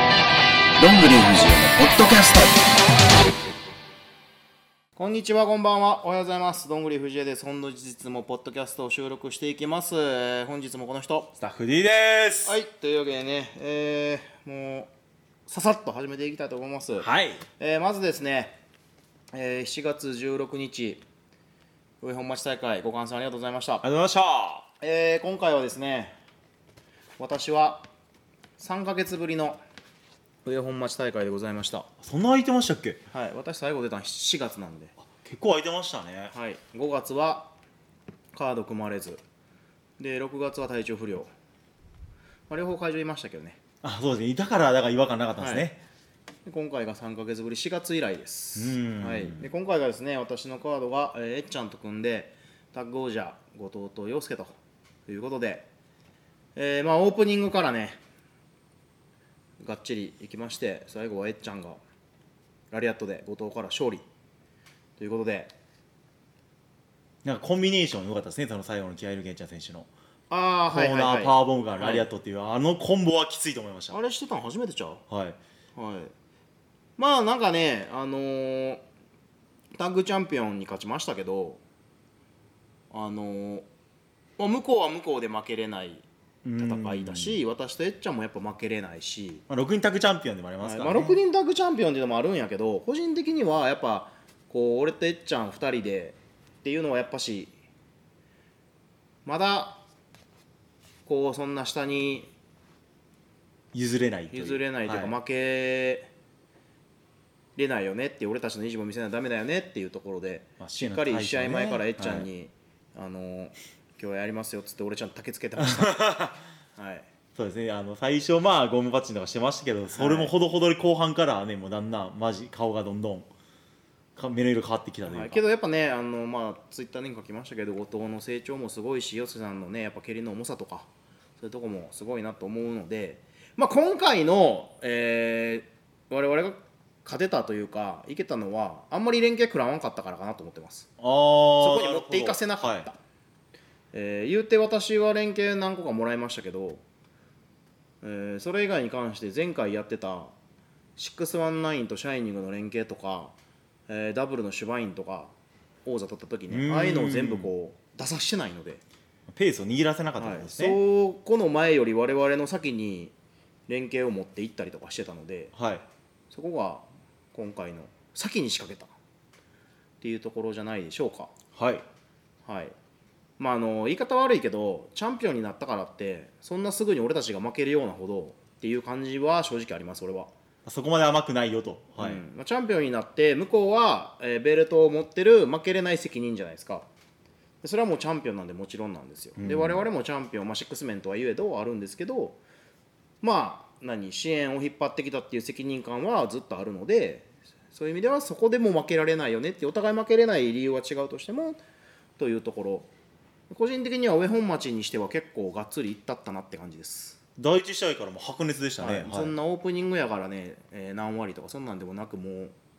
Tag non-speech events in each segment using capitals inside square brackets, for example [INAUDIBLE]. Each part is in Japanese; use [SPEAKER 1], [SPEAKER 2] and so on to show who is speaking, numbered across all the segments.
[SPEAKER 1] どんぐり藤枝のポッドキャス
[SPEAKER 2] こんにちは、こんばんは。おはようございます。どんぐり藤江です。本日もポッドキャストを収録していきます。えー本日もこの人。
[SPEAKER 3] スタッフ D です
[SPEAKER 2] はい、というわけでね、えーもう、ささっと始めていきたいと思います。
[SPEAKER 3] はい
[SPEAKER 2] えーまずですね、えー7月16日、上本町大会、ご観戦ありがとうございました
[SPEAKER 3] あ。りがとうございま
[SPEAKER 2] えー今回はですね私は3ヶ月ぶりの上本町大会でございました
[SPEAKER 3] したそんな空いてましたっけ
[SPEAKER 2] はい私最後出たの7月なんで、
[SPEAKER 3] 結構空いてましたね
[SPEAKER 2] はい、5月はカード組まれずで6月は体調不良、まあ、両方会場いましたけどね
[SPEAKER 3] あそうですねいたからだから違和感なかったんですね、
[SPEAKER 2] で今回が3ヶ月ぶり4月以来です
[SPEAKER 3] うん
[SPEAKER 2] はい、で今回がですね私のカードが、えーえっちゃんと組んでタッグ王者後藤と陽介ということで、えーまあ、オープニングからねがっちりいきまして最後はえっちゃんがラリアットで後藤から勝利ということで
[SPEAKER 3] なんかコンビネーション良かったですねその最後のキアイル・ゲンちゃん選手の
[SPEAKER 2] ああ
[SPEAKER 3] コ
[SPEAKER 2] はい
[SPEAKER 3] ー
[SPEAKER 2] はい、
[SPEAKER 3] ナ
[SPEAKER 2] は
[SPEAKER 3] ー
[SPEAKER 2] い、
[SPEAKER 3] パワーボムがラリアットっていう、あのコンボはきついと思いました
[SPEAKER 2] あれしてたの初めてちゃう
[SPEAKER 3] はい
[SPEAKER 2] はい、まあなんかね、あのータッグチャンピオンに勝ちましたけど、あのーまあ、向こうは向こうで負けれない戦いだし、私とえっちゃんもやっぱ負けれないし、
[SPEAKER 3] まあ、6人タッグチャンピオンでもあります
[SPEAKER 2] はい
[SPEAKER 3] か
[SPEAKER 2] ま
[SPEAKER 3] ら、
[SPEAKER 2] あ、
[SPEAKER 3] ね
[SPEAKER 2] 6人タッグチャンピオンっていうのもあるんやけど個人的にはやっぱこう俺とえっちゃん2人でっていうのはやっぱしまだこうそんな下に
[SPEAKER 3] 譲れないという
[SPEAKER 2] 譲れないというか、
[SPEAKER 3] は
[SPEAKER 2] 負けれないよねっていう俺たちの意地も見せないとダメだよねっていうところで
[SPEAKER 3] まあ
[SPEAKER 2] しっかり1試合前からえっちゃん、
[SPEAKER 3] 支援の対象ねはい
[SPEAKER 2] に「あの今日やりますよ」っつって俺ちゃんと駆けつけてました
[SPEAKER 3] [LAUGHS]
[SPEAKER 2] はい
[SPEAKER 3] そうですねあの最初まあゴムパッチンとかしてましたけどそれもほどほどで後半からはねもうだんだんマジ顔がどんどんか目の色変わってきたというか、
[SPEAKER 2] はい、けどやっぱねあの、まあ、ツイッターにも書きましたけど後藤の成長もすごいし、吉瀬さんのねやっぱ蹴りの重さとかそういうとこもすごいなと思うので、まあ、今回の、えー我々が勝てたというかいけたのはあんまり連携食らわんかったからかなと思ってます。
[SPEAKER 3] あそ
[SPEAKER 2] そこに持っていかせなかった、えー言うて私は連携何個かもらいましたけど、えーそれ以外に関して前回やってた619とシャイニングの連携とか、えーダブルのシュバインとか王座取った時
[SPEAKER 3] う
[SPEAKER 2] に
[SPEAKER 3] ん
[SPEAKER 2] ああいうのを全部こう出さしてないので、
[SPEAKER 3] ペースを握らせなかった
[SPEAKER 2] は
[SPEAKER 3] ん
[SPEAKER 2] い、
[SPEAKER 3] です
[SPEAKER 2] そ
[SPEAKER 3] ね、
[SPEAKER 2] この前より我々の先に連携を持っていったりとかしてたので
[SPEAKER 3] はい
[SPEAKER 2] そこが今回の先に仕掛けたっていうところじゃないでしょうか。
[SPEAKER 3] はい、
[SPEAKER 2] はいまあ、あの言い方悪いけどチャンピオンになったからってそんなすぐに俺たちが負けるようなほどっていう感じは正直あります俺は、
[SPEAKER 3] そこまで甘くないよと、はい
[SPEAKER 2] うんまあ、チャンピオンになって向こうは、えーベルトを持ってる負けれない責任じゃないですかでそれはもうチャンピオンなんでもちろんなんですよ、で我々もチャンピオン、まあ、シックスメンとはいえどあるんですけどまあ何支援を引っ張ってきたっていう責任感はずっとあるのでそういう意味ではそこでも負けられないよねってお互い負けれない理由は違うとしてもというところ個人的には上本町にしては結構がっつりいったったなって感じです、
[SPEAKER 3] 第一試合からもう白熱でしたね、はい
[SPEAKER 2] はいそんなオープニングやからね、えー何割とかそんなんでもなくもう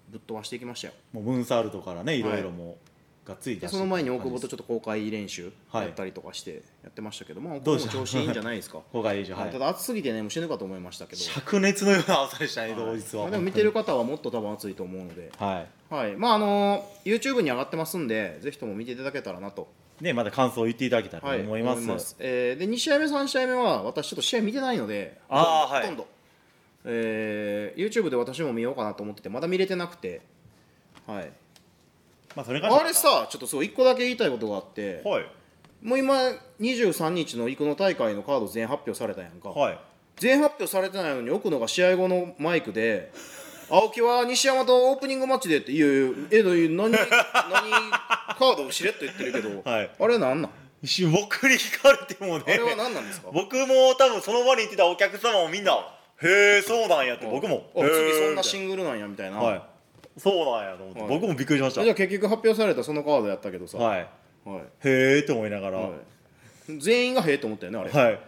[SPEAKER 2] ぶっ飛ばしていきましたよ
[SPEAKER 3] もうムーンサールトからねいろいろもうがっつり出
[SPEAKER 2] で
[SPEAKER 3] して
[SPEAKER 2] その前に大久保とちょっと公開練習
[SPEAKER 3] はい
[SPEAKER 2] やったりとかしてやってましたけど、まあ
[SPEAKER 3] ど
[SPEAKER 2] 大
[SPEAKER 3] うで
[SPEAKER 2] 久
[SPEAKER 3] し
[SPEAKER 2] 保
[SPEAKER 3] た
[SPEAKER 2] も調子いいんじゃないです
[SPEAKER 3] [LAUGHS]
[SPEAKER 2] か
[SPEAKER 3] 公開練習は、
[SPEAKER 2] はいいただ暑すぎてねもう死ぬかと思いましたけど、
[SPEAKER 3] 灼熱のような朝でしたね、同日は、
[SPEAKER 2] まあでも見てる方はもっと多分暑いと思うので、
[SPEAKER 3] は
[SPEAKER 2] はいまああの YouTube に上がってますんでぜひとも見ていただけたらなと、
[SPEAKER 3] いねまた感想を言っていただけたら
[SPEAKER 2] は
[SPEAKER 3] と思います,、
[SPEAKER 2] えーで2試合目3試合目は私ちょっと試合見てないので
[SPEAKER 3] あー
[SPEAKER 2] ほとんど、えー YouTube で私も見ようかなと思っててまだ見れてなくて、はい、
[SPEAKER 3] まあそれから
[SPEAKER 2] あれさちょっとそう1個だけ言いたいことがあって、
[SPEAKER 3] はい
[SPEAKER 2] もう今23日の生野大会のカード全発表されたやんか、
[SPEAKER 3] はい
[SPEAKER 2] 全発表されてないのに奥野が試合後のマイクで [LAUGHS] 「青木は西山とオープニングマッチで」って「いやいやえ
[SPEAKER 3] [LAUGHS]
[SPEAKER 2] 何何カードをしれっと言ってるけど、
[SPEAKER 3] はい
[SPEAKER 2] あれなんなん
[SPEAKER 3] し僕に聞かれてもね
[SPEAKER 2] あれは何なんですか
[SPEAKER 3] 僕も多分その場にいてたお客様もみんな「へえそうなんや」って僕も
[SPEAKER 2] あ
[SPEAKER 3] へ
[SPEAKER 2] 次
[SPEAKER 3] ー
[SPEAKER 2] そんな
[SPEAKER 3] みたい
[SPEAKER 2] シングルなんやみたいな、
[SPEAKER 3] なはいそうなんやと思って、
[SPEAKER 2] はい
[SPEAKER 3] 僕もびっくりしまし
[SPEAKER 2] あじゃあ結局発表されたそのカードやったけどさ、
[SPEAKER 3] たはい
[SPEAKER 2] はい
[SPEAKER 3] へえって思いながら
[SPEAKER 2] は
[SPEAKER 3] はいい、
[SPEAKER 2] 全員が「へえ」と思ったよねあれ、はい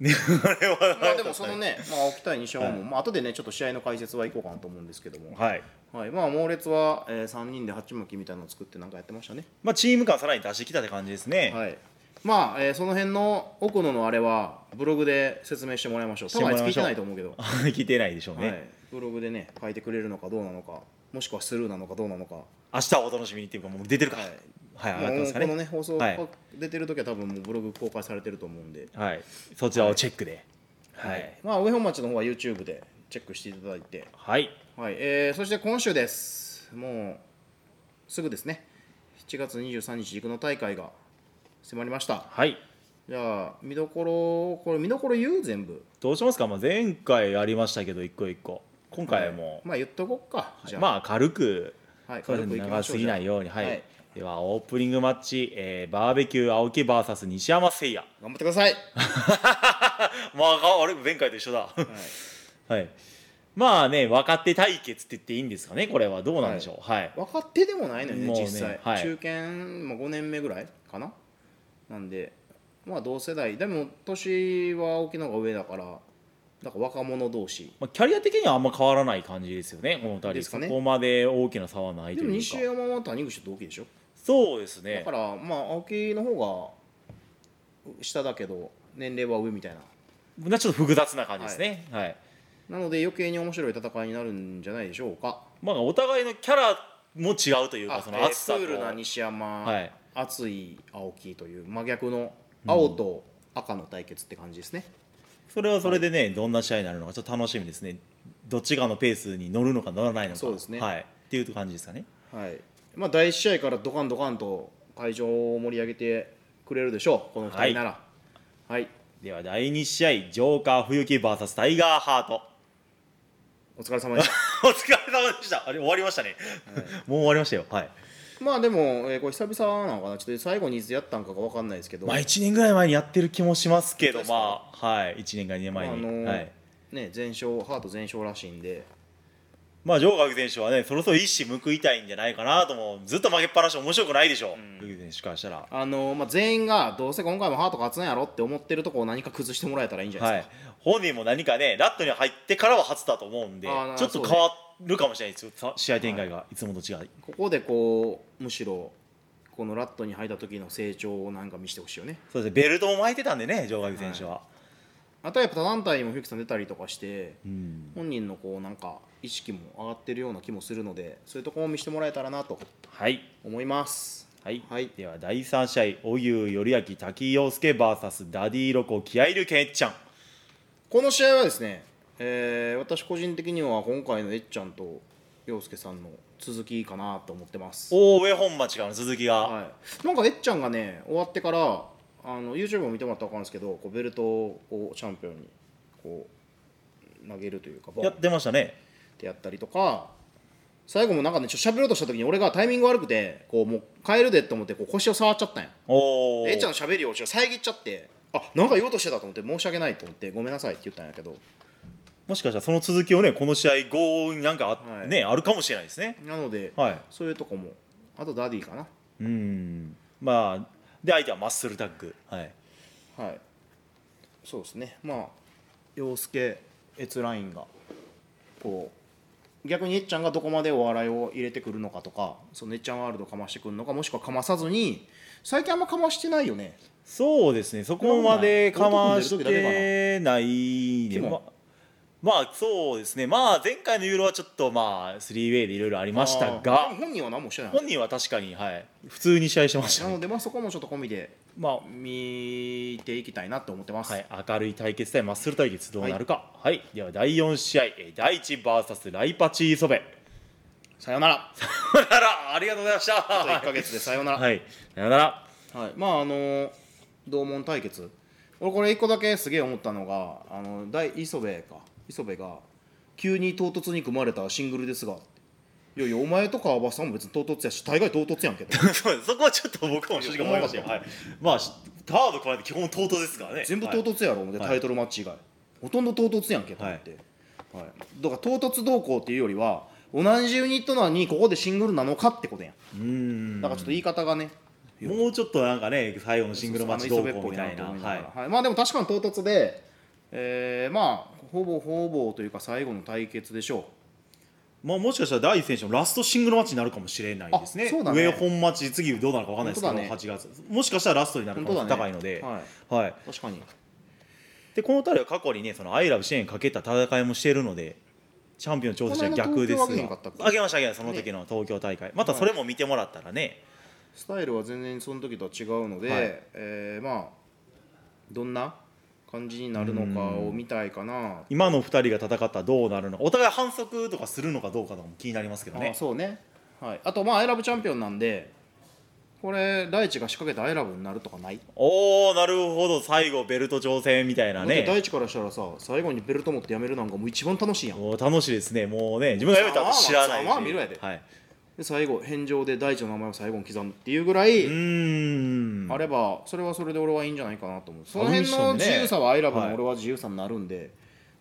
[SPEAKER 3] ねあれは
[SPEAKER 2] まあで [LAUGHS] もそのね、まあ、青木対西山も、まあ後でねちょっと試合の解説はいこうかなと思うんですけども、
[SPEAKER 3] はい
[SPEAKER 2] はい、まあ猛烈は、え3人でハチムキみたいなのを作ってなんかやってましたね
[SPEAKER 3] まあチーム感さらに出してきたって感じですね、
[SPEAKER 2] はいまあ、えーその辺の奥野のあれはブログで説明してもらいましょう。
[SPEAKER 3] してもらいましょう
[SPEAKER 2] 聞いてないと思うけど、
[SPEAKER 3] [LAUGHS] 聞いてないでしょうね、
[SPEAKER 2] はい、ブログでね書いてくれるのかどうなのか、もしくはスルーなのかどうなのか。
[SPEAKER 3] 明日はお楽しみにっていうかもう出てるか
[SPEAKER 2] はい
[SPEAKER 3] はい、上がって
[SPEAKER 2] も
[SPEAKER 3] ま
[SPEAKER 2] うこ
[SPEAKER 3] すか
[SPEAKER 2] の
[SPEAKER 3] ね
[SPEAKER 2] ね放送
[SPEAKER 3] はい
[SPEAKER 2] 出てる時は多分もうブログ公開されてると思うんで、
[SPEAKER 3] はいそちらをチェックでは
[SPEAKER 2] はいまあ上本町の方は YouTube でチェックしていただいて、
[SPEAKER 3] はい
[SPEAKER 2] はい、えーそして今週です。もうすぐですね。7月23日陸の大会が迫りました。
[SPEAKER 3] はい
[SPEAKER 2] じゃあ見どころをこれ見どころ言う全部。
[SPEAKER 3] どうしますか、まあ、前回ありましたけど一個一個今回も、
[SPEAKER 2] まあ言っとこっか。じゃあ、
[SPEAKER 3] まあ軽く
[SPEAKER 2] はい、
[SPEAKER 3] そうですね長すぎないようにはい、
[SPEAKER 2] はい
[SPEAKER 3] ではオープニングマッチ、えーバーベキュー青木 VS 西山誠也
[SPEAKER 2] 頑張ってください。
[SPEAKER 3] まああれ前回と一緒だ
[SPEAKER 2] はい
[SPEAKER 3] はいまあね若手対決って言っていいんですかねこれはどうなんでしょうはい、
[SPEAKER 2] 若手でもないのよね
[SPEAKER 3] もうね
[SPEAKER 2] 実際、
[SPEAKER 3] はい
[SPEAKER 2] 中堅も5年目ぐらいかななんでまあ同世代でも年は青木の方が上だからなんか若者同士
[SPEAKER 3] まあ、キャリア的にはあんま変わらない感じですよねこの二人
[SPEAKER 2] ですかね
[SPEAKER 3] そこまで大きな差はない
[SPEAKER 2] で
[SPEAKER 3] と
[SPEAKER 2] も
[SPEAKER 3] いう
[SPEAKER 2] 西
[SPEAKER 3] か
[SPEAKER 2] 山は谷口と同期でしょ
[SPEAKER 3] そうです
[SPEAKER 2] だ
[SPEAKER 3] ね
[SPEAKER 2] からまあ青木の方が下だけど年齢は上みたいな
[SPEAKER 3] なちょっと複雑な感じですねはい、
[SPEAKER 2] なので余計に面白い戦いになるんじゃないでしょうか
[SPEAKER 3] まあお互いのキャラも違うというか
[SPEAKER 2] あ
[SPEAKER 3] そ
[SPEAKER 2] え
[SPEAKER 3] の
[SPEAKER 2] ー
[SPEAKER 3] 熱さと
[SPEAKER 2] クールな西山、
[SPEAKER 3] はい
[SPEAKER 2] 熱い青木という真逆の青と赤の対決って感じですね、
[SPEAKER 3] それはそれでね、どんな試合になるのかちょっと楽しみですねどっちがのペースに乗るのか乗らないのか
[SPEAKER 2] そうですね
[SPEAKER 3] はい、っていう感じですかね
[SPEAKER 2] はいまあ、第1試合からドカンドカンと会場を盛り上げてくれるでしょう、この2人なら。はい、
[SPEAKER 3] では第2試合ジョーカー冬木 VS タイガーハート
[SPEAKER 2] お疲れ様です。
[SPEAKER 3] お疲れ様でしたあれ終わりましたね、もう終わりましたよはい
[SPEAKER 2] [LAUGHS] まあでも、えーこれ久々なのかな、ちょっと最後にいつやったんかが分かんないですけど、
[SPEAKER 3] まあ1年ぐらい前にやってる気もしますけど
[SPEAKER 2] 本当
[SPEAKER 3] まあはい1年か2年前に、
[SPEAKER 2] あのー
[SPEAKER 3] はい
[SPEAKER 2] ね、全勝、ハート全勝らしいんで、
[SPEAKER 3] まあ、ジョーカー選手はね、そろそろ一矢報いたいんじゃないかなとも、ずっと負けっぱなし面白くないでしょう、グ選手からしたら。
[SPEAKER 2] あのーまあ、全員がどうせ今回もハートが勝つんやろって思ってるとこを何か崩してもらえたらいいんじゃない
[SPEAKER 3] は
[SPEAKER 2] です
[SPEAKER 3] い、本人も何かね、ラットに入ってからは初だと思うんで
[SPEAKER 2] あーな、
[SPEAKER 3] ちょっと変わるかもしれないですよ、さ試合展開がいつもと違
[SPEAKER 2] か、
[SPEAKER 3] い。
[SPEAKER 2] ここでこうむしろ、このラットに入った時の成長をなんか見せてほしいよね。
[SPEAKER 3] そうですね、ベルトも巻いてたんでね、ジョーカー選手は。
[SPEAKER 2] あとはやっぱ他団体にもヒューキさん出たりとかして、
[SPEAKER 3] うん
[SPEAKER 2] 本人のこうなんか意識も上がってるような気もするのでそういうところも見せてもらえたらなと
[SPEAKER 3] はい
[SPEAKER 2] 思います
[SPEAKER 3] はい
[SPEAKER 2] はい
[SPEAKER 3] では第3試合、荻生頼明、滝井陽介 VS ダディロコ、気合いるけんちゃん。
[SPEAKER 2] この試合はですね、えー私個人的には今回のえっちゃんと陽介さんの続きかなと思ってます、
[SPEAKER 3] おー上本町からの続きが、
[SPEAKER 2] はい、なんかえっちゃんがね終わってからあの YouTube を見てもらったら分かるんですけどこうベルトをこうチャンピオンにこう投げるというかボン
[SPEAKER 3] や
[SPEAKER 2] っ
[SPEAKER 3] ってましたね。
[SPEAKER 2] てやったりとか最後もなんかねちょっと喋ろうとした時に俺がタイミング悪くてこうもう帰るでと思ってこう腰を触っちゃったんや
[SPEAKER 3] おー
[SPEAKER 2] えっちゃんの喋りをちょっと遮っちゃってあなんか言おうとしてたと思って申し訳ないと思ってごめんなさいって言ったんやけど
[SPEAKER 3] もしかしたらその続きをね、この試合後になんかあ,、
[SPEAKER 2] はい
[SPEAKER 3] ね、あるかもしれないですね。
[SPEAKER 2] なので、
[SPEAKER 3] はい。
[SPEAKER 2] そういうとこもあとダディかな
[SPEAKER 3] うん。まあ、で、相手はマッスルタッグ。はい。
[SPEAKER 2] はいそうですねまあ陽介越ラインがこう逆にえっちゃんがどこまでお笑いを入れてくるのかとかそのえっちゃんワールドかましてくるのかもしくはかまさずに最近あんまかましてないよね
[SPEAKER 3] そうですね、そこまでかましてないね。
[SPEAKER 2] キモン
[SPEAKER 3] まあまあ、そうですね、まあ、前回のユーロはちょっと、まあ、スリーウェイでいろいろありました
[SPEAKER 2] あーで
[SPEAKER 3] が、
[SPEAKER 2] も本人は何もしてない
[SPEAKER 3] 本人は確かに、はい、普通に試合してました
[SPEAKER 2] な
[SPEAKER 3] ね。
[SPEAKER 2] のでまあそこもちょっと込みで
[SPEAKER 3] ま
[SPEAKER 2] 見ていきたいなと思ってま
[SPEAKER 3] あ、
[SPEAKER 2] す、
[SPEAKER 3] はい、明るい対決対マッスル対決どうなるか。はい、では、第4試合、えー第1 VS ライパチーソベ。
[SPEAKER 2] さよなら
[SPEAKER 3] なら、ありがとうございました。
[SPEAKER 2] あと1ヶ月でさよなら、
[SPEAKER 3] はい、さよなら。
[SPEAKER 2] はい、まああの同門対決俺これ一個だけすげえ思ったのがあの大磯部か磯部が急に唐突に組まれたシングルですがいやいやお前とか馬場さんも別に唐突やし大概唐突やんけど
[SPEAKER 3] そうですそこはちょっと僕も正直思いましたよ、はい、まあしカード加えて基本唐突ですからね
[SPEAKER 2] 全部唐突やろ思って、
[SPEAKER 3] はい
[SPEAKER 2] タイトルマッチ以外ほとんど唐突やんけと思って、はいだから唐突動向っていうよりは同じユニットなのにここでシングルなのかってことやん
[SPEAKER 3] はい、うん
[SPEAKER 2] だからちょっと言い方がね
[SPEAKER 3] もうちょっとなんかね最後のシングルマッチどうこうみたいな
[SPEAKER 2] は
[SPEAKER 3] はい
[SPEAKER 2] い、まあでも確かに唐突で、えーまあほぼほぼというか最後の対決でしょう
[SPEAKER 3] まあ、もしかしたら第一選手のラストシングルマッチになるかもしれないですね
[SPEAKER 2] あそうだね
[SPEAKER 3] 上本町次どうなるか分かんないですけど、
[SPEAKER 2] 本当だね
[SPEAKER 3] 8月もしかしたらラストになる
[SPEAKER 2] 本
[SPEAKER 3] 可
[SPEAKER 2] 当
[SPEAKER 3] 能
[SPEAKER 2] だ
[SPEAKER 3] 性
[SPEAKER 2] ね
[SPEAKER 3] 高いので、
[SPEAKER 2] は
[SPEAKER 3] はい
[SPEAKER 2] い、確かに
[SPEAKER 3] でこの2人は過去にねそのアイラブ支援かけた戦いもしてるのでチャンピオン挑戦者逆ですが
[SPEAKER 2] この間東京上げへんかったっけ
[SPEAKER 3] 上げました上げましたその時の東京大会、またそれも見てもらったらね、
[SPEAKER 2] スタイルは全然その時とは違うので、
[SPEAKER 3] はい
[SPEAKER 2] えーまあどんな感じになるのかを見たいかな、
[SPEAKER 3] 今の2人が戦ったらどうなるのかお互い反則とかするのかどうかとかも気になりますけど
[SPEAKER 2] あ
[SPEAKER 3] ね
[SPEAKER 2] そうね、はい、あとまあアイラブチャンピオンなんでこれ大地が仕掛けたアイラブになるとかない、
[SPEAKER 3] おおなるほど最後ベルト挑戦みたい
[SPEAKER 2] だ
[SPEAKER 3] な
[SPEAKER 2] って大
[SPEAKER 3] ね
[SPEAKER 2] 地からしたらさ最後にベルト持ってやめるなんかもう一番楽しいやん
[SPEAKER 3] お楽しいですねもうね自分がやめたって知らないし
[SPEAKER 2] まあまあ見ろやで
[SPEAKER 3] はい、
[SPEAKER 2] で最後返上で大地の名前を最後に刻むっていうぐらいう
[SPEAKER 3] ーん
[SPEAKER 2] あればそれはそれで俺はいいんじゃないかなと思うその
[SPEAKER 3] アドミッ
[SPEAKER 2] 辺
[SPEAKER 3] ショ
[SPEAKER 2] の
[SPEAKER 3] ンね
[SPEAKER 2] 自由さはアイラブ
[SPEAKER 3] は
[SPEAKER 2] の
[SPEAKER 3] い
[SPEAKER 2] 俺は自由さになるんで、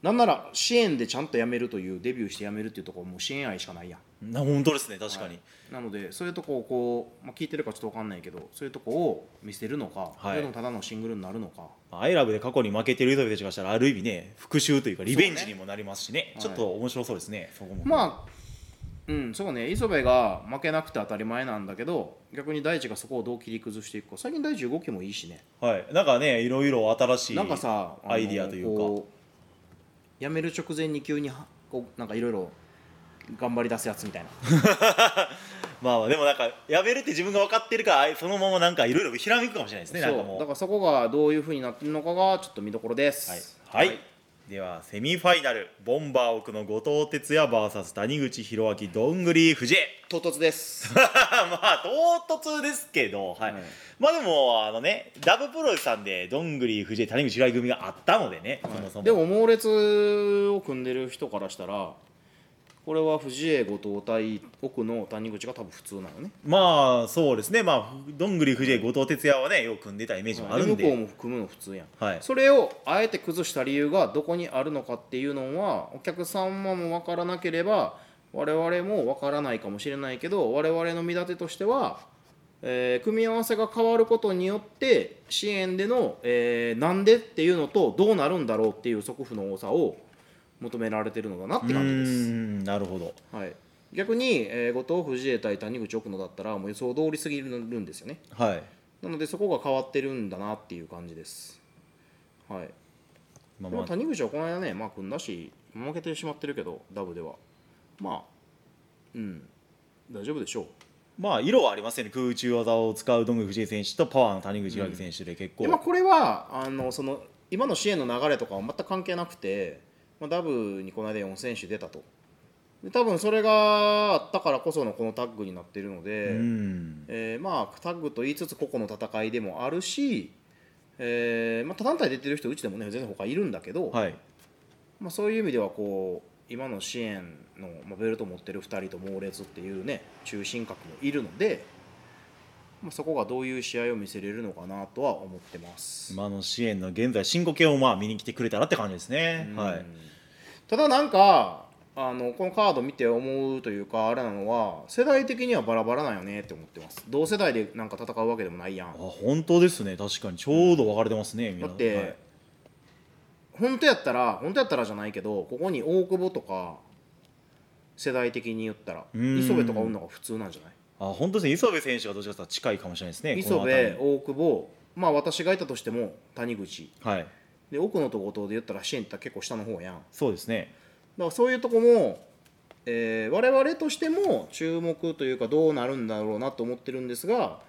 [SPEAKER 2] なんなら支援でちゃんと辞めるというデビューして辞めるっていうところもう支援愛しかないやん
[SPEAKER 3] な本当ですね確かに、
[SPEAKER 2] なのでそういうとこをこう、まあ、聞いてるかちょっと分かんないけどそういうとこを見せるのか、
[SPEAKER 3] はい
[SPEAKER 2] それともただのシングルになるのか
[SPEAKER 3] まあアイラブで過去に負けてる人たちがしたらある意味ね復讐というかリベンジにもなりますしね
[SPEAKER 2] はい
[SPEAKER 3] ちょっと面白そうですねそこも
[SPEAKER 2] まあうんそうね磯部が負けなくて当たり前なんだけど逆に大地がそこをどう切り崩していくか最近大地動きもいいしね
[SPEAKER 3] はい、なんかねいろいろ新しい
[SPEAKER 2] なんかさあの
[SPEAKER 3] アイディアというか
[SPEAKER 2] こう辞める直前に急にはこうなんかいろいろ頑張り出すやつみたいな
[SPEAKER 3] まあまあでもなんかやめるって自分が分かってるからあいそのままなんかいろいろひらめくかもしれない [LAUGHS] ですねなんか
[SPEAKER 2] そう
[SPEAKER 3] も
[SPEAKER 2] だ
[SPEAKER 3] う
[SPEAKER 2] からそこがどういうふうになってるのかがちょっと見どころです
[SPEAKER 3] はい、はい、ではセミファイナルボンバー奥の後藤哲也 VS 谷口弘明どんぐり藤江
[SPEAKER 2] 唐突です
[SPEAKER 3] [LAUGHS] まあ唐突ですけど、はい
[SPEAKER 2] はい
[SPEAKER 3] まあでもあのねダブプロさんでどんぐり藤江谷口弘明組があったのでね、そもそも
[SPEAKER 2] でも猛烈を組んでる人からしたらこれは藤江後藤対奥の谷口が多分普通なのね
[SPEAKER 3] まあそうですねまあどんぐり藤江後藤哲也はねよく組んでたイメージもあるん
[SPEAKER 2] 向こう
[SPEAKER 3] で、
[SPEAKER 2] も含むの普通やん
[SPEAKER 3] はい、
[SPEAKER 2] それをあえて崩した理由がどこにあるのかっていうのはお客様も分からなければ我々も分からないかもしれないけど我々の見立てとしては、えー組み合わせが変わることによって支援での、えーなんでっていうのとどうなるんだろうっていう即負の多さを求められてるのかなって感じです。
[SPEAKER 3] うーんなるほど
[SPEAKER 2] はい、逆に、えー後藤藤江対谷口奥野だったらもう予想通りすぎるんですよね
[SPEAKER 3] はい
[SPEAKER 2] なのでそこが変わってるんだなっていう感じですはい
[SPEAKER 3] ま
[SPEAKER 2] でも
[SPEAKER 3] あまあ
[SPEAKER 2] 谷口はこの間ね、まあ、組んだし負けてしまってるけどダブではまあうん大丈夫でしょう
[SPEAKER 3] まあ色はありますよね空中技を使うどんぐり藤井選手とパワーの谷口弘明選手で結構、
[SPEAKER 2] で、まあ、これはあのその今の支援の流れとかは全く関係なくて、まあ、ダブにこの間4選手出たとで多分それがあったからこそのこのタッグになってるので、
[SPEAKER 3] うん
[SPEAKER 2] えーまあタッグと言いつつ個々の戦いでもあるし、えーまあ、他団体出てる人うちでもね全然他いるんだけど、
[SPEAKER 3] はい
[SPEAKER 2] まあ、そういう意味ではこう今の支援の、まあ、ベルト持ってる2人と猛烈っていうね中心格もいるので、まあ、そこがどういう試合を見せれるのかなとは思ってます。
[SPEAKER 3] 今の支援の現在進行形をまあ見に来てくれたらって感じですね、
[SPEAKER 2] うん
[SPEAKER 3] はい
[SPEAKER 2] ただなんかあのこのカード見て思うというかあれなのは世代的にはバラバラなんよねって思ってます同世代でなんか戦うわけでもないやん
[SPEAKER 3] あ本当ですね確かにちょうど分かれてますね、みん
[SPEAKER 2] だ
[SPEAKER 3] な
[SPEAKER 2] って、本当やったら本当やったらじゃないけどここに大久保とか世代的に言ったら
[SPEAKER 3] うん
[SPEAKER 2] 磯部とかおんのが普通なんじゃな
[SPEAKER 3] はい、あ本当ですね磯部選手がどっちかというと近いかもしれないですね
[SPEAKER 2] い磯
[SPEAKER 3] こ
[SPEAKER 2] 部
[SPEAKER 3] の辺り
[SPEAKER 2] 大久保まあ私がいたとしても谷口
[SPEAKER 3] はい
[SPEAKER 2] で奥野と後藤で言ったら支援って結構下の方やんだか
[SPEAKER 3] そうですね
[SPEAKER 2] らそういうとこも、えー我々としても注目というかどうなるんだろうなと思ってるんですが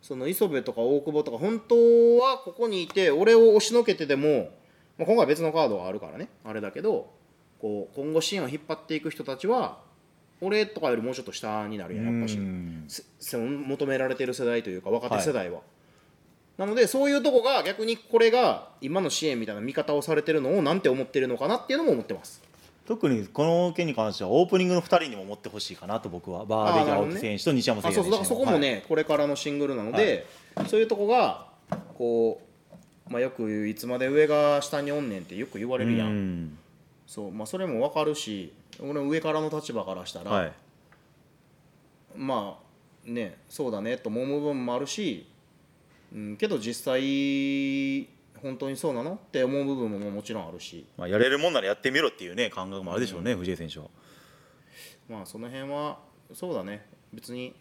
[SPEAKER 2] その磯部とか大久保とか本当はここにいて俺を押しのけてでも、まあ、今回別のカードがあるからねあれだけどこう今後支援を引っ張っていく人たちは俺とかよりもうちょっと下になるやんやっぱし
[SPEAKER 3] うん
[SPEAKER 2] せその求められてる世代というか若手世代は、なのでそういうとこが逆にこれが今の支援みたいな見方をされてるのをなんて思ってるのかなっていうのも思ってます
[SPEAKER 3] 特にこの件に関してはオープニングの2人にも持ってほしいかなと僕はバーベキュー
[SPEAKER 2] あーなるほ
[SPEAKER 3] 青
[SPEAKER 2] どね
[SPEAKER 3] 木選手と西山
[SPEAKER 2] あ
[SPEAKER 3] 選手
[SPEAKER 2] そうそうだからそこもね、これからのシングルなので、そういうとこがこう、まあ、よく言ういつまで上が下におんねんってよく言われるやん、
[SPEAKER 3] ん
[SPEAKER 2] そうまあ、それも分かるし俺も上からの立場からしたら、
[SPEAKER 3] はい
[SPEAKER 2] まあねそうだねとも思う部分もあるし、うん、けど実際本当にそうなのって思う部分ももちろんあるし、
[SPEAKER 3] まあ、やれるもんならやってみろっていうね感覚もあるでしょうね、藤井選手は。
[SPEAKER 2] ままあその辺はそうだね別に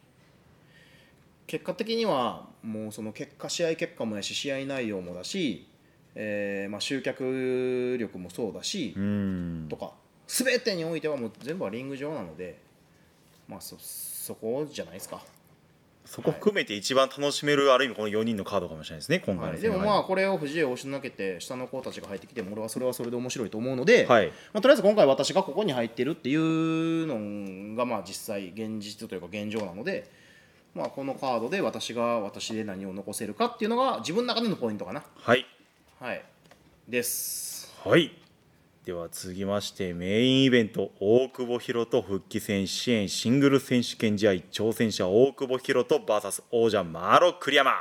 [SPEAKER 2] 結果的にはもうその結果試合結果もやし試合内容もだし、えーまあ、集客力もそうだし、
[SPEAKER 3] うん
[SPEAKER 2] とか全てにおいてはもう全部はリング上なのでまあそそこじゃないですか、
[SPEAKER 3] そこ含めて一番楽しめるある意味この4人のカードかもしれないですね今回
[SPEAKER 2] は
[SPEAKER 3] の
[SPEAKER 2] い、
[SPEAKER 3] 戦
[SPEAKER 2] で
[SPEAKER 3] は
[SPEAKER 2] もまあこれを藤井を押しのけて下の子たちが入ってきても俺はそれはそれで面白いと思うので、
[SPEAKER 3] はい
[SPEAKER 2] まあ、とりあえず今回私がここに入ってるっていうのがまあ実際現実というか現状なので、まあ、このカードで私が私で何を残せるかっていうのが自分の中でのポイントかな
[SPEAKER 3] はい
[SPEAKER 2] はいです
[SPEAKER 3] はいでは続きましてメインイベント大久保博と復帰戦支援シングル選手権試合挑戦者大久保博と VS 王者マロ栗山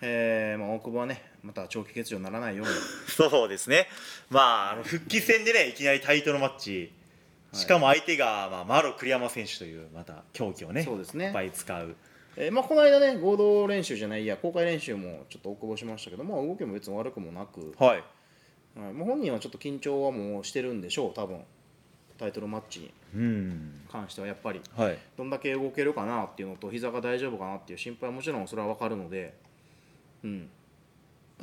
[SPEAKER 2] えーまあ、大久保はねまた長期欠場にならないように
[SPEAKER 3] そうですねまああの復帰戦でねいきなりタイトルマッチしかも相手が、まあ、マロ栗山選手というまた狂気をね
[SPEAKER 2] そうですね
[SPEAKER 3] いっぱい使う
[SPEAKER 2] えーまあ、この間ね合同練習じゃないいや公開練習もちょっと大久保しましたけど、まあ、動きも別に悪くもなく、
[SPEAKER 3] はい
[SPEAKER 2] はい、もう本人はちょっと緊張はもうしてるんでしょう多分タイトルマッチに
[SPEAKER 3] うん
[SPEAKER 2] 関してはやっぱり
[SPEAKER 3] はい
[SPEAKER 2] どんだけ動けるかなっていうのと膝が大丈夫かなっていう心配はもちろんそれは分かるので、うん、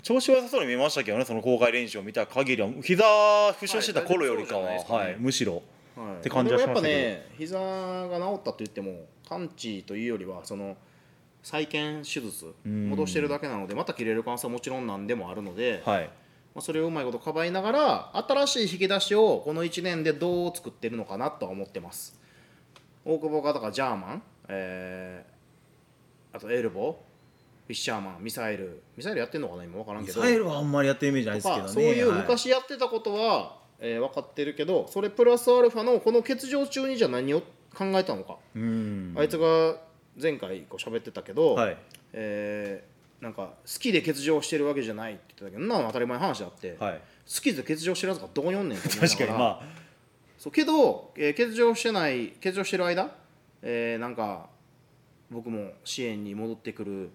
[SPEAKER 3] 調子は良さそうに見えましたけどねその公開練習を見た限りは膝負傷してた頃よりかは、
[SPEAKER 2] は
[SPEAKER 3] はい
[SPEAKER 2] い大丈夫そうじゃないですかね
[SPEAKER 3] むしろ
[SPEAKER 2] はい、
[SPEAKER 3] って感じはしましたけど
[SPEAKER 2] でもやっぱね膝が治ったと言っても完治というよりはその再建手術
[SPEAKER 3] ん
[SPEAKER 2] 戻してるだけなのでまた切れる可能性はもちろんなんでもあるので、
[SPEAKER 3] はい
[SPEAKER 2] まあ、それをうまいことかばいながら新しい引き出しをこの1年でどう作ってるのかなとは思ってます大久保がだからジャーマン、えーあとエルボーフィッシャーマンミサイルミサイルやってんのかな今分からん
[SPEAKER 3] ミ
[SPEAKER 2] けど
[SPEAKER 3] サイルはあんまりやってるイメージないですけど
[SPEAKER 2] ま
[SPEAKER 3] ね
[SPEAKER 2] あそういう
[SPEAKER 3] はい
[SPEAKER 2] 昔やってたことは、えー分かってるけどそれプラスアルファのこの欠場中にじゃあ何を考えたのか、
[SPEAKER 3] うん
[SPEAKER 2] あいつが前回こう喋ってたけど、
[SPEAKER 3] はい
[SPEAKER 2] えーなんか好きで欠場してるわけじゃないって言ってたけどなん当たり前の話であって、
[SPEAKER 3] はい
[SPEAKER 2] 好きで欠場してるやつがどこにおんねんって思いながら
[SPEAKER 3] 確かにまあ
[SPEAKER 2] そうけど、えー欠場してない欠場してる間、えーなんか僕も支援に戻ってくる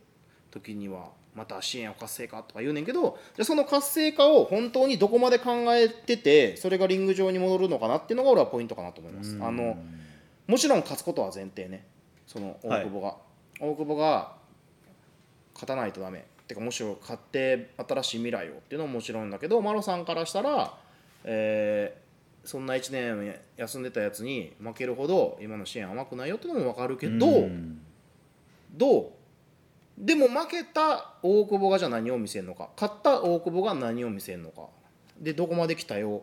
[SPEAKER 2] 時にはまた支援を活性化とか言うねんけどじゃあその活性化を本当にどこまで考えててそれがリング上に戻るのかなっていうのが俺はポイントかなと思います。あのもちろん勝つことは前提ねその大久保が、大久保が勝たないとダメてかむしろ勝って新しい未来をっていうのももちろんだけどマロさんからしたら、えーそんな1年休んでたやつに負けるほど今の支援甘くないよっていうのも分かるけど、
[SPEAKER 3] うん
[SPEAKER 2] どうでも負けた大久保がじゃあ何を見せるのか勝った大久保が何を見せるのかでどこまで期待を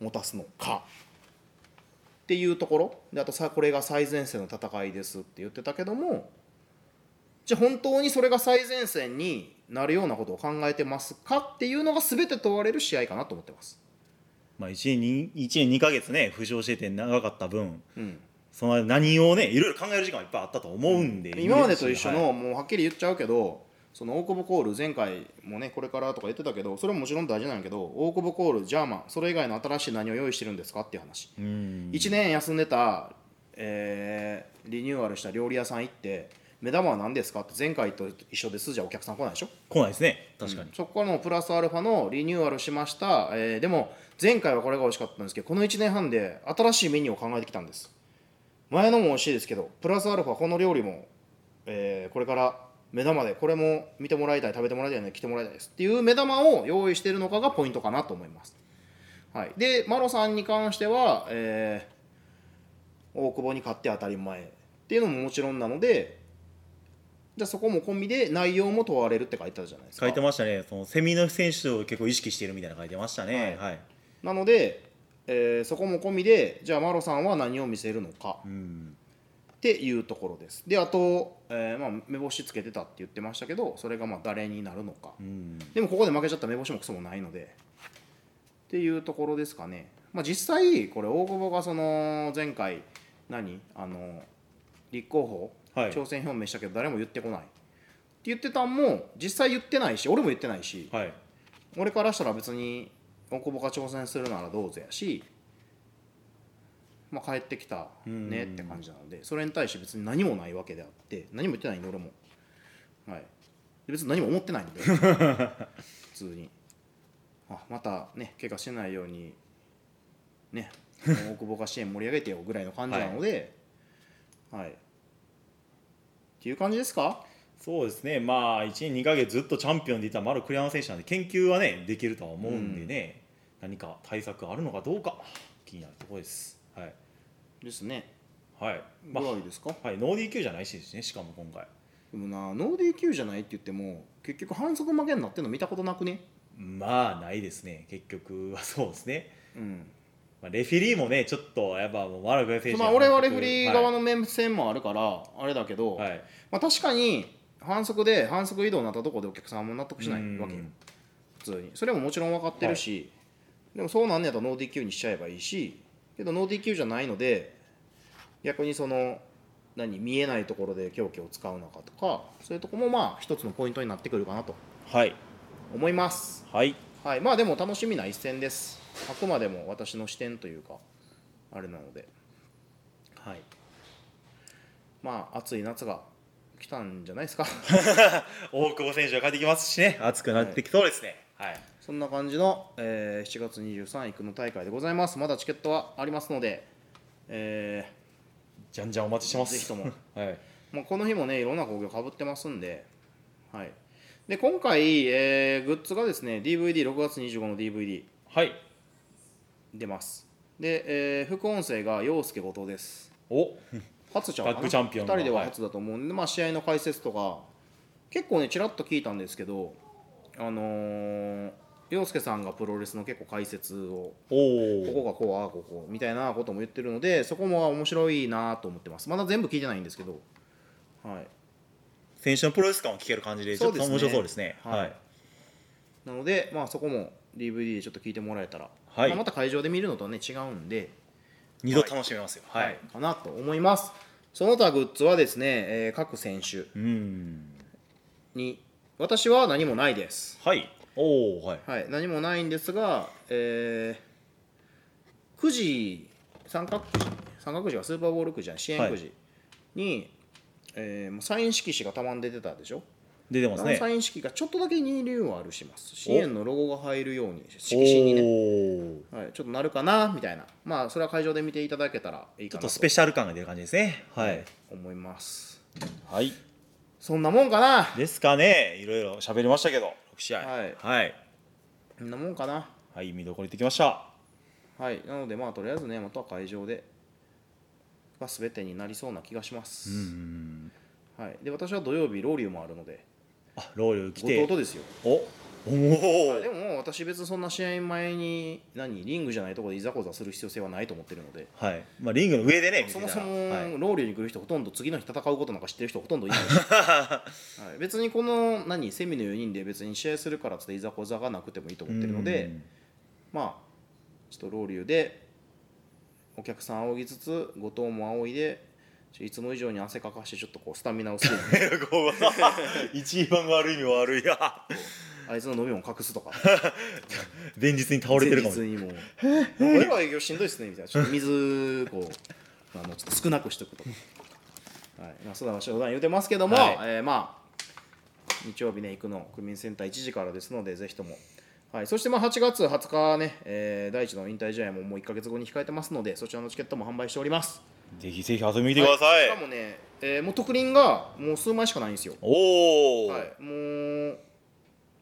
[SPEAKER 2] 持たすのかっていうところであとさこれが最前線の戦いですって言ってたけどもじゃあ本当にそれが最前線になるようなことを考えてますかっていうのが全て問われる試合かなと思ってます。
[SPEAKER 3] まあ、1年 ,1 年2か月ね負傷してて長かった分
[SPEAKER 2] うん
[SPEAKER 3] その何をねいろいろ考える時間がいっぱいあったと思うんで、
[SPEAKER 2] 今までと一緒
[SPEAKER 3] は
[SPEAKER 2] の、
[SPEAKER 3] い
[SPEAKER 2] もうはっきり言っちゃうけどその大久保コール前回もねこれからとか言ってたけどそれももちろん大事なんやけど大久保コールジャーマンそれ以外の新しい何を用意してるんですかっていう話、
[SPEAKER 3] うん
[SPEAKER 2] 1年休んでた、えーリニューアルした料理屋さん行って目玉は何ですかって前回と一緒ですじゃお客さん来ないでしょ
[SPEAKER 3] 来ないですね確かに、
[SPEAKER 2] そこからのプラスアルファのリニューアルしました、えーでも前回はこれが美味しかったんですけどこの1年半で新しいメニューを考えてきたんです前のも美味しいですけどプラスアルファこの料理も、えーこれから目玉でこれも見てもらいたい食べてもらいたいので来てもらいたいですっていう目玉を用意しているのかがポイントかなと思います、はい、でマロさんに関しては、えー大久保に勝って当たり前っていうのももちろんなのでじゃあそこも込みで内容も問われるって書いてたじゃないですか
[SPEAKER 3] 書いてましたねそのセミの選手を結構意識してるみたいなの書いてましたねはい、
[SPEAKER 2] なので、えーそこも込みでじゃあマロさんは何を見せるのか
[SPEAKER 3] うん
[SPEAKER 2] っていうところですであと、えーまあ、目星つけてたって言ってましたけどそれがまあ誰になるのか、
[SPEAKER 3] うん
[SPEAKER 2] でもここで負けちゃったら目星もクソもないのでっていうところですかね、まあ、実際これ大久保がその前回何あの立候補、
[SPEAKER 3] はい
[SPEAKER 2] 挑戦表明したけど誰も言ってこないって言ってたんも実際言ってないし俺も言ってないし、
[SPEAKER 3] はい
[SPEAKER 2] 俺からしたら別に大久保が挑戦するならどうぞやし、まあ、帰ってきたねって感じなのでそれに対して別に何もないわけであって何も言ってないんで俺も、はい、で別に何も思ってないんで普通にあまたね怪我しないようにね大久保が支援盛り上げてよぐらいの感じなので、はいっていう感じですか
[SPEAKER 3] そうですね、まあ、1年2か月ずっとチャンピオンでいた丸栗山選手なんで、研究はね、できるとは思うんでね、何か対策あるのかどうか、気になるところです。はい、
[SPEAKER 2] ですね
[SPEAKER 3] はい
[SPEAKER 2] ぐ
[SPEAKER 3] まあ
[SPEAKER 2] らいですか、
[SPEAKER 3] はい、ノー DQ じゃないしですね、しかも今回。
[SPEAKER 2] でもなノー DQ じゃないって言っても結局反則負けになってるの見たことなくね
[SPEAKER 3] まあ、ないですね、結局はそうですね。
[SPEAKER 2] うん
[SPEAKER 3] まあ、レフェリーもね、ちょっとやっぱもう丸栗山選手
[SPEAKER 2] まあ俺はレフリー側の面線もあるからあれだけど、
[SPEAKER 3] はい、はい
[SPEAKER 2] まあ、確かに反則で反則移動になったところでお客さんも納得しな
[SPEAKER 3] うん
[SPEAKER 2] いわけよ普通にそれももちろん分かってるし、でもそうなんねやったらノー DQ にしちゃえばいいしけどノー DQ じゃないので逆にその何見えないところで凶器を使うのかとかそういうとこもまあ一つのポイントになってくるかなと
[SPEAKER 3] はい、
[SPEAKER 2] 思います
[SPEAKER 3] はい、
[SPEAKER 2] はいまあでも楽しみな一戦ですあくまでも私の視点というかあれなので
[SPEAKER 3] はい
[SPEAKER 2] まあ暑い夏が来たんじゃないですか [LAUGHS]
[SPEAKER 3] 大久保選手が帰ってきますしね、熱くなってきそうですね。はい、
[SPEAKER 2] そんな感じの、えー7月23日の大会でございますまだチケットはありますので、えー
[SPEAKER 3] じゃんじゃんお待ちしてます。
[SPEAKER 2] ぜひとも
[SPEAKER 3] はい、
[SPEAKER 2] まあ、この日もねいろんな工業かぶってますんで,、はい、で今回、えーグッズがですね DVD6 月25の DVD
[SPEAKER 3] はい、
[SPEAKER 2] 出ますで、えー副音声が陽介後藤です
[SPEAKER 3] お
[SPEAKER 2] 初ちゃう
[SPEAKER 3] タッグチャンピオンが
[SPEAKER 2] 2人では初だと思うんで、まあ、試合の解説とか結構ねちらっと聞いたんですけどあのー陽介さんがプロレスの結構解説を
[SPEAKER 3] おお
[SPEAKER 2] ここがこうああこうこうみたいなことも言ってるのでそこも面白いなと思ってますまだ全部聞いてないんですけどはい
[SPEAKER 3] 選手のプロレス感を聞ける感じでちょっと面白そうですね。はい、
[SPEAKER 2] なので、まあ、そこも DVD でちょっと聞いてもらえたら、
[SPEAKER 3] はい
[SPEAKER 2] まあまた会場で見るのとはね違うんで、
[SPEAKER 3] 二度楽しめますよ。はい、
[SPEAKER 2] かなと思いますその他グッズはですね、えー各選手
[SPEAKER 3] うん、
[SPEAKER 2] に私は何もないです
[SPEAKER 3] はい、おお、はい、
[SPEAKER 2] はい何もないんですが、えー、くじ三角くじ三角くじはスーパーボールくじじゃない支援くじに、えーもうサイン色紙がたまんで出たでしょ
[SPEAKER 3] 出てますね。
[SPEAKER 2] サイン色がちょっとだけ二流はあるします支援のロゴが入るように色紙にね
[SPEAKER 3] ね、
[SPEAKER 2] はい、ちょっとなるかなみたいなまあそれは会場で見ていただけたらいい
[SPEAKER 3] ち
[SPEAKER 2] か
[SPEAKER 3] ょ
[SPEAKER 2] な
[SPEAKER 3] っ
[SPEAKER 2] と
[SPEAKER 3] とスペシャル感が出る感じですね。はい、
[SPEAKER 2] 思います
[SPEAKER 3] はい、
[SPEAKER 2] そんなもんかな
[SPEAKER 3] ですかね。いろいろ喋りましたけど、六試合、
[SPEAKER 2] はい
[SPEAKER 3] はい、
[SPEAKER 2] そんなもんかな
[SPEAKER 3] はい、見どころ行ってきました。
[SPEAKER 2] はいなのでまあとりあえずねまたは会場でが全てになりそうな気がします、
[SPEAKER 3] うん、
[SPEAKER 2] はい、で私は土曜日ロウリュウもあるので
[SPEAKER 3] あ、ロール来て
[SPEAKER 2] 弟、ですよ
[SPEAKER 3] お、おお
[SPEAKER 2] で、ももう私別にそんな試合前に何リングじゃないところでいざこざする必要性はないと思ってるので
[SPEAKER 3] はい、まあリングの上でね、見て
[SPEAKER 2] そも
[SPEAKER 3] たら
[SPEAKER 2] そも
[SPEAKER 3] はい、
[SPEAKER 2] ロウリュウに来る人ほとんど次の日戦うことなんか知ってる人ほとんどい
[SPEAKER 3] [LAUGHS]
[SPEAKER 2] ないし、はい、別にこの何セミの4人で別に試合するからっつっていざこざがなくてもいいと思ってるので
[SPEAKER 3] うん
[SPEAKER 2] まあちょっとロウリュウでお客さん仰ぎつつ後藤も仰いでちょいつも以上に汗かかしてちょっとこうスタミナをする
[SPEAKER 3] [LAUGHS] ここが一番悪いに悪い [LAUGHS] や
[SPEAKER 2] あいつの飲み物隠すとか
[SPEAKER 3] 前日に倒れてるかも
[SPEAKER 2] 前日にもう「俺らは営業しんどいっすね」みたいなちょっと水こうあのちょっと少なくしとくとか、はいまあ、そんな冗談言うてますけども、
[SPEAKER 3] はい
[SPEAKER 2] えーまあ日曜日ね行くの区民センター1時からですのでぜひとも、はい、そしてまあ8月20日ね、えー第一の引退試合ももう1か月後に控えてますのでそちらのチケットも販売しております
[SPEAKER 3] ぜひぜひ遊びに来てください、
[SPEAKER 2] はいしかもね、えーもう特輪がもう数枚しかないんですよ、
[SPEAKER 3] おお、
[SPEAKER 2] はい、もう、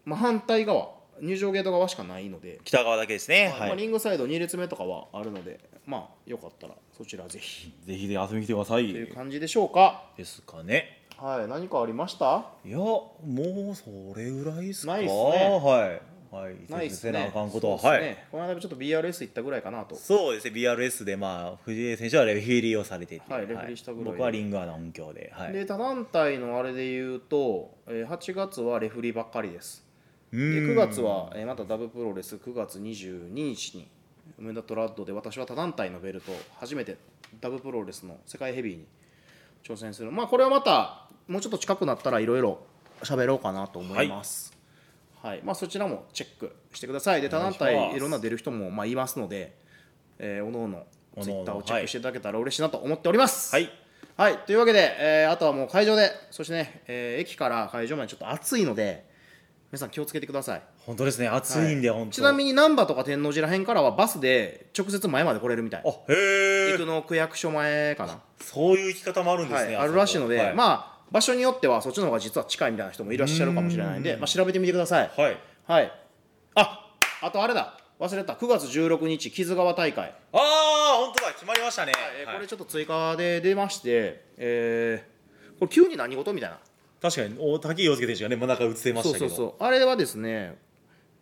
[SPEAKER 2] まあ、反対側入場ゲート側しかないので
[SPEAKER 3] 北側だけですね
[SPEAKER 2] ま
[SPEAKER 3] は
[SPEAKER 2] あ、
[SPEAKER 3] い
[SPEAKER 2] リングサイド2列目とかはあるので、まあ、よかったらそちらぜひ
[SPEAKER 3] ぜひぜひ遊びに来てください
[SPEAKER 2] という感じでしょうか。
[SPEAKER 3] ですかね
[SPEAKER 2] はい、何かありました
[SPEAKER 3] いやもうそれぐらいですか
[SPEAKER 2] ないっすね
[SPEAKER 3] はいはい
[SPEAKER 2] ないっ
[SPEAKER 3] 説
[SPEAKER 2] す
[SPEAKER 3] 明せな
[SPEAKER 2] ね。
[SPEAKER 3] あかんことは
[SPEAKER 2] そうっ
[SPEAKER 3] は
[SPEAKER 2] すね
[SPEAKER 3] い
[SPEAKER 2] この間ちょっと BRS 行ったぐらいかなと。
[SPEAKER 3] そうですね BRS でまあ藤井選手はレフェリーをされてて、
[SPEAKER 2] はいレフェリーしたぐらいで
[SPEAKER 3] 僕はリングアナ音響ではい
[SPEAKER 2] で、他団体のあれで言うと、えー8月はレフリーばっかりです。
[SPEAKER 3] う
[SPEAKER 2] で
[SPEAKER 3] ーん
[SPEAKER 2] 9月は、えーまたダブプロレス9月22日に梅田トラッドで私は他団体のベルトを初めてダブプロレスの世界ヘビーに挑戦するまあこれはまたもうちょっと近くなったらいろいろ喋ろうかなと思いますはい、まあそちらもチェックしてくださいで他団
[SPEAKER 3] お願いしま
[SPEAKER 2] 体
[SPEAKER 3] す
[SPEAKER 2] いろんな出る人もまあいますので、えー、おのおの
[SPEAKER 3] お
[SPEAKER 2] ツイ
[SPEAKER 3] のおの
[SPEAKER 2] ッターをチェックしていただけたら嬉しいなと思っております
[SPEAKER 3] はい
[SPEAKER 2] はい、というわけで、えーあとはもう会場で、そしてね、えー駅から会場までちょっと暑いので、皆さん気をつけてください
[SPEAKER 3] 本当ですね暑いんで、本当
[SPEAKER 2] ちなみに難波とか天王寺らへんからはバスで直接前まで来れるみたい
[SPEAKER 3] あへ
[SPEAKER 2] 行
[SPEAKER 3] え
[SPEAKER 2] くの区役所前かな
[SPEAKER 3] そういう行き方もあるんで
[SPEAKER 2] は
[SPEAKER 3] すね、
[SPEAKER 2] い、あるらしいので、
[SPEAKER 3] はい、あ
[SPEAKER 2] まあ場所によってはそっちの方が実は近いみたいな人もいらっしゃるかもしれないんで、まあ、調べてみてください
[SPEAKER 3] はい
[SPEAKER 2] はいああとあれだ忘れた9月16日木津川大会、
[SPEAKER 3] ああ本当だ決まりましたね、
[SPEAKER 2] えー
[SPEAKER 3] はい
[SPEAKER 2] これちょっと追加で出まして、えーこれ急に何事みたいな
[SPEAKER 3] 確かにお滝陽介選手がね真ん中映ってまし
[SPEAKER 2] そ
[SPEAKER 3] た
[SPEAKER 2] う
[SPEAKER 3] け
[SPEAKER 2] そ
[SPEAKER 3] ど
[SPEAKER 2] うそうあれはですね、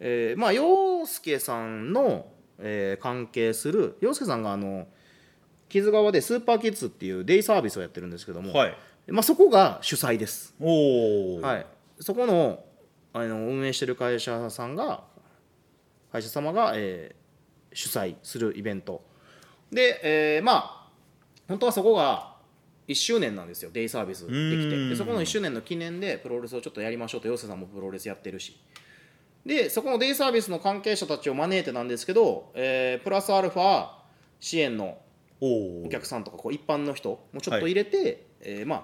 [SPEAKER 2] えーまあ洋介さんの、えー関係する洋介さんがあの木津川でスーパーキッズっていうデイサービスをやってるんですけども、
[SPEAKER 3] はい
[SPEAKER 2] まあ、そこが主催です
[SPEAKER 3] おお、
[SPEAKER 2] はい、そこのあの運営してる会社さんが会社様が、えー主催するイベントで、えーまあ本当はそこが1周年なんですよデイサービスでき
[SPEAKER 3] う
[SPEAKER 2] て
[SPEAKER 3] ん
[SPEAKER 2] でそこの1周年の記念でプロレスをちょっとやりましょうと陽介さんもプロレスやってるしでそこのデイサービスの関係者たちを招いてなんですけど、えープラスアルファ支援の
[SPEAKER 3] おお
[SPEAKER 2] お客さんとかこう一般の人もちょっと入れて、えーまあ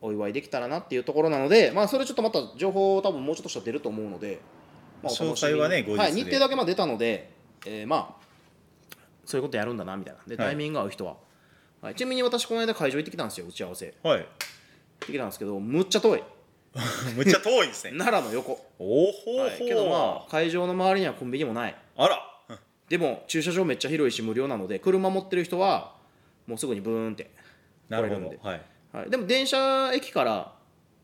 [SPEAKER 2] お祝いできたらなっていうところなので、まあ、それちょっとまた情報多分もうちょっとしたら出ると思うので、まあ、お楽しみに
[SPEAKER 3] 詳細はね後日で
[SPEAKER 2] い、日程だけまあ出たので、えーまあそういうことやるんだなみたいなで
[SPEAKER 3] はい
[SPEAKER 2] タイミング合う人は、はい、ちなみに私この間会場行ってきたんですよ打ち合わせ行
[SPEAKER 3] はい [LAUGHS]
[SPEAKER 2] ってきたんですけどむっちゃ遠い
[SPEAKER 3] むっちゃ遠いですね
[SPEAKER 2] 奈良の横、
[SPEAKER 3] おおほうほう、
[SPEAKER 2] はいけどまあ会場の周りにはコンビニもない
[SPEAKER 3] あら
[SPEAKER 2] でも駐車場めっちゃ広いし無料なので車持ってる人はもうすぐにブーンって
[SPEAKER 3] なる
[SPEAKER 2] 来れるん
[SPEAKER 3] ほ
[SPEAKER 2] で
[SPEAKER 3] どはい
[SPEAKER 2] はい、でも電車駅から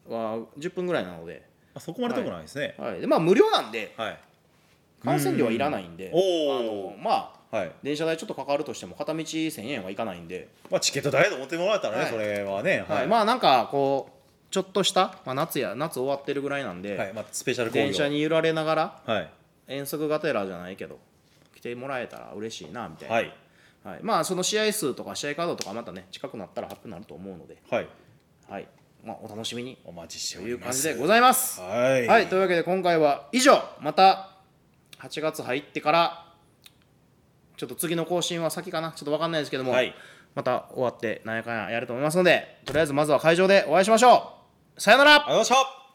[SPEAKER 2] は10分ぐらいなので,、
[SPEAKER 3] あそこまで遠くないですね
[SPEAKER 2] はいでまあ、無料なんで
[SPEAKER 3] はい
[SPEAKER 2] 感染料はいらないんで
[SPEAKER 3] おー
[SPEAKER 2] あのまあ
[SPEAKER 3] はい、
[SPEAKER 2] 電車代ちょっとかかるとしても片道1000円はいかないんで、
[SPEAKER 3] まあ、チケット代だと思ってもらえたらね、
[SPEAKER 2] はい
[SPEAKER 3] それはね
[SPEAKER 2] はい
[SPEAKER 3] ま
[SPEAKER 2] まあなんかこうちょっとした、まあ、夏や夏終わってるぐらいなんで、
[SPEAKER 3] あはいまあ、スペシャル工業
[SPEAKER 2] 電車
[SPEAKER 3] に
[SPEAKER 2] に揺られながら
[SPEAKER 3] はい
[SPEAKER 2] 遠足がてらじゃないけど来てもらえたら嬉しいなみたいな、
[SPEAKER 3] はいい
[SPEAKER 2] はい、まあその試合数とか試合カードとかまたね近くなったら発表になると思うので、
[SPEAKER 3] はい
[SPEAKER 2] はいまあ、お楽しみに
[SPEAKER 3] お待ちして
[SPEAKER 2] と
[SPEAKER 3] お
[SPEAKER 2] い
[SPEAKER 3] り
[SPEAKER 2] う
[SPEAKER 3] ま
[SPEAKER 2] 感
[SPEAKER 3] す
[SPEAKER 2] じでございます。
[SPEAKER 3] はい
[SPEAKER 2] はい、というわけで今回は以上また8月入ってからちょっと次の更新は先かなちょっと分かんないですけども、
[SPEAKER 3] はい
[SPEAKER 2] また終わってなんやかんややると思いますのでとりあえずまずは会場でお会いしましょうさよなら
[SPEAKER 3] ありがとうございました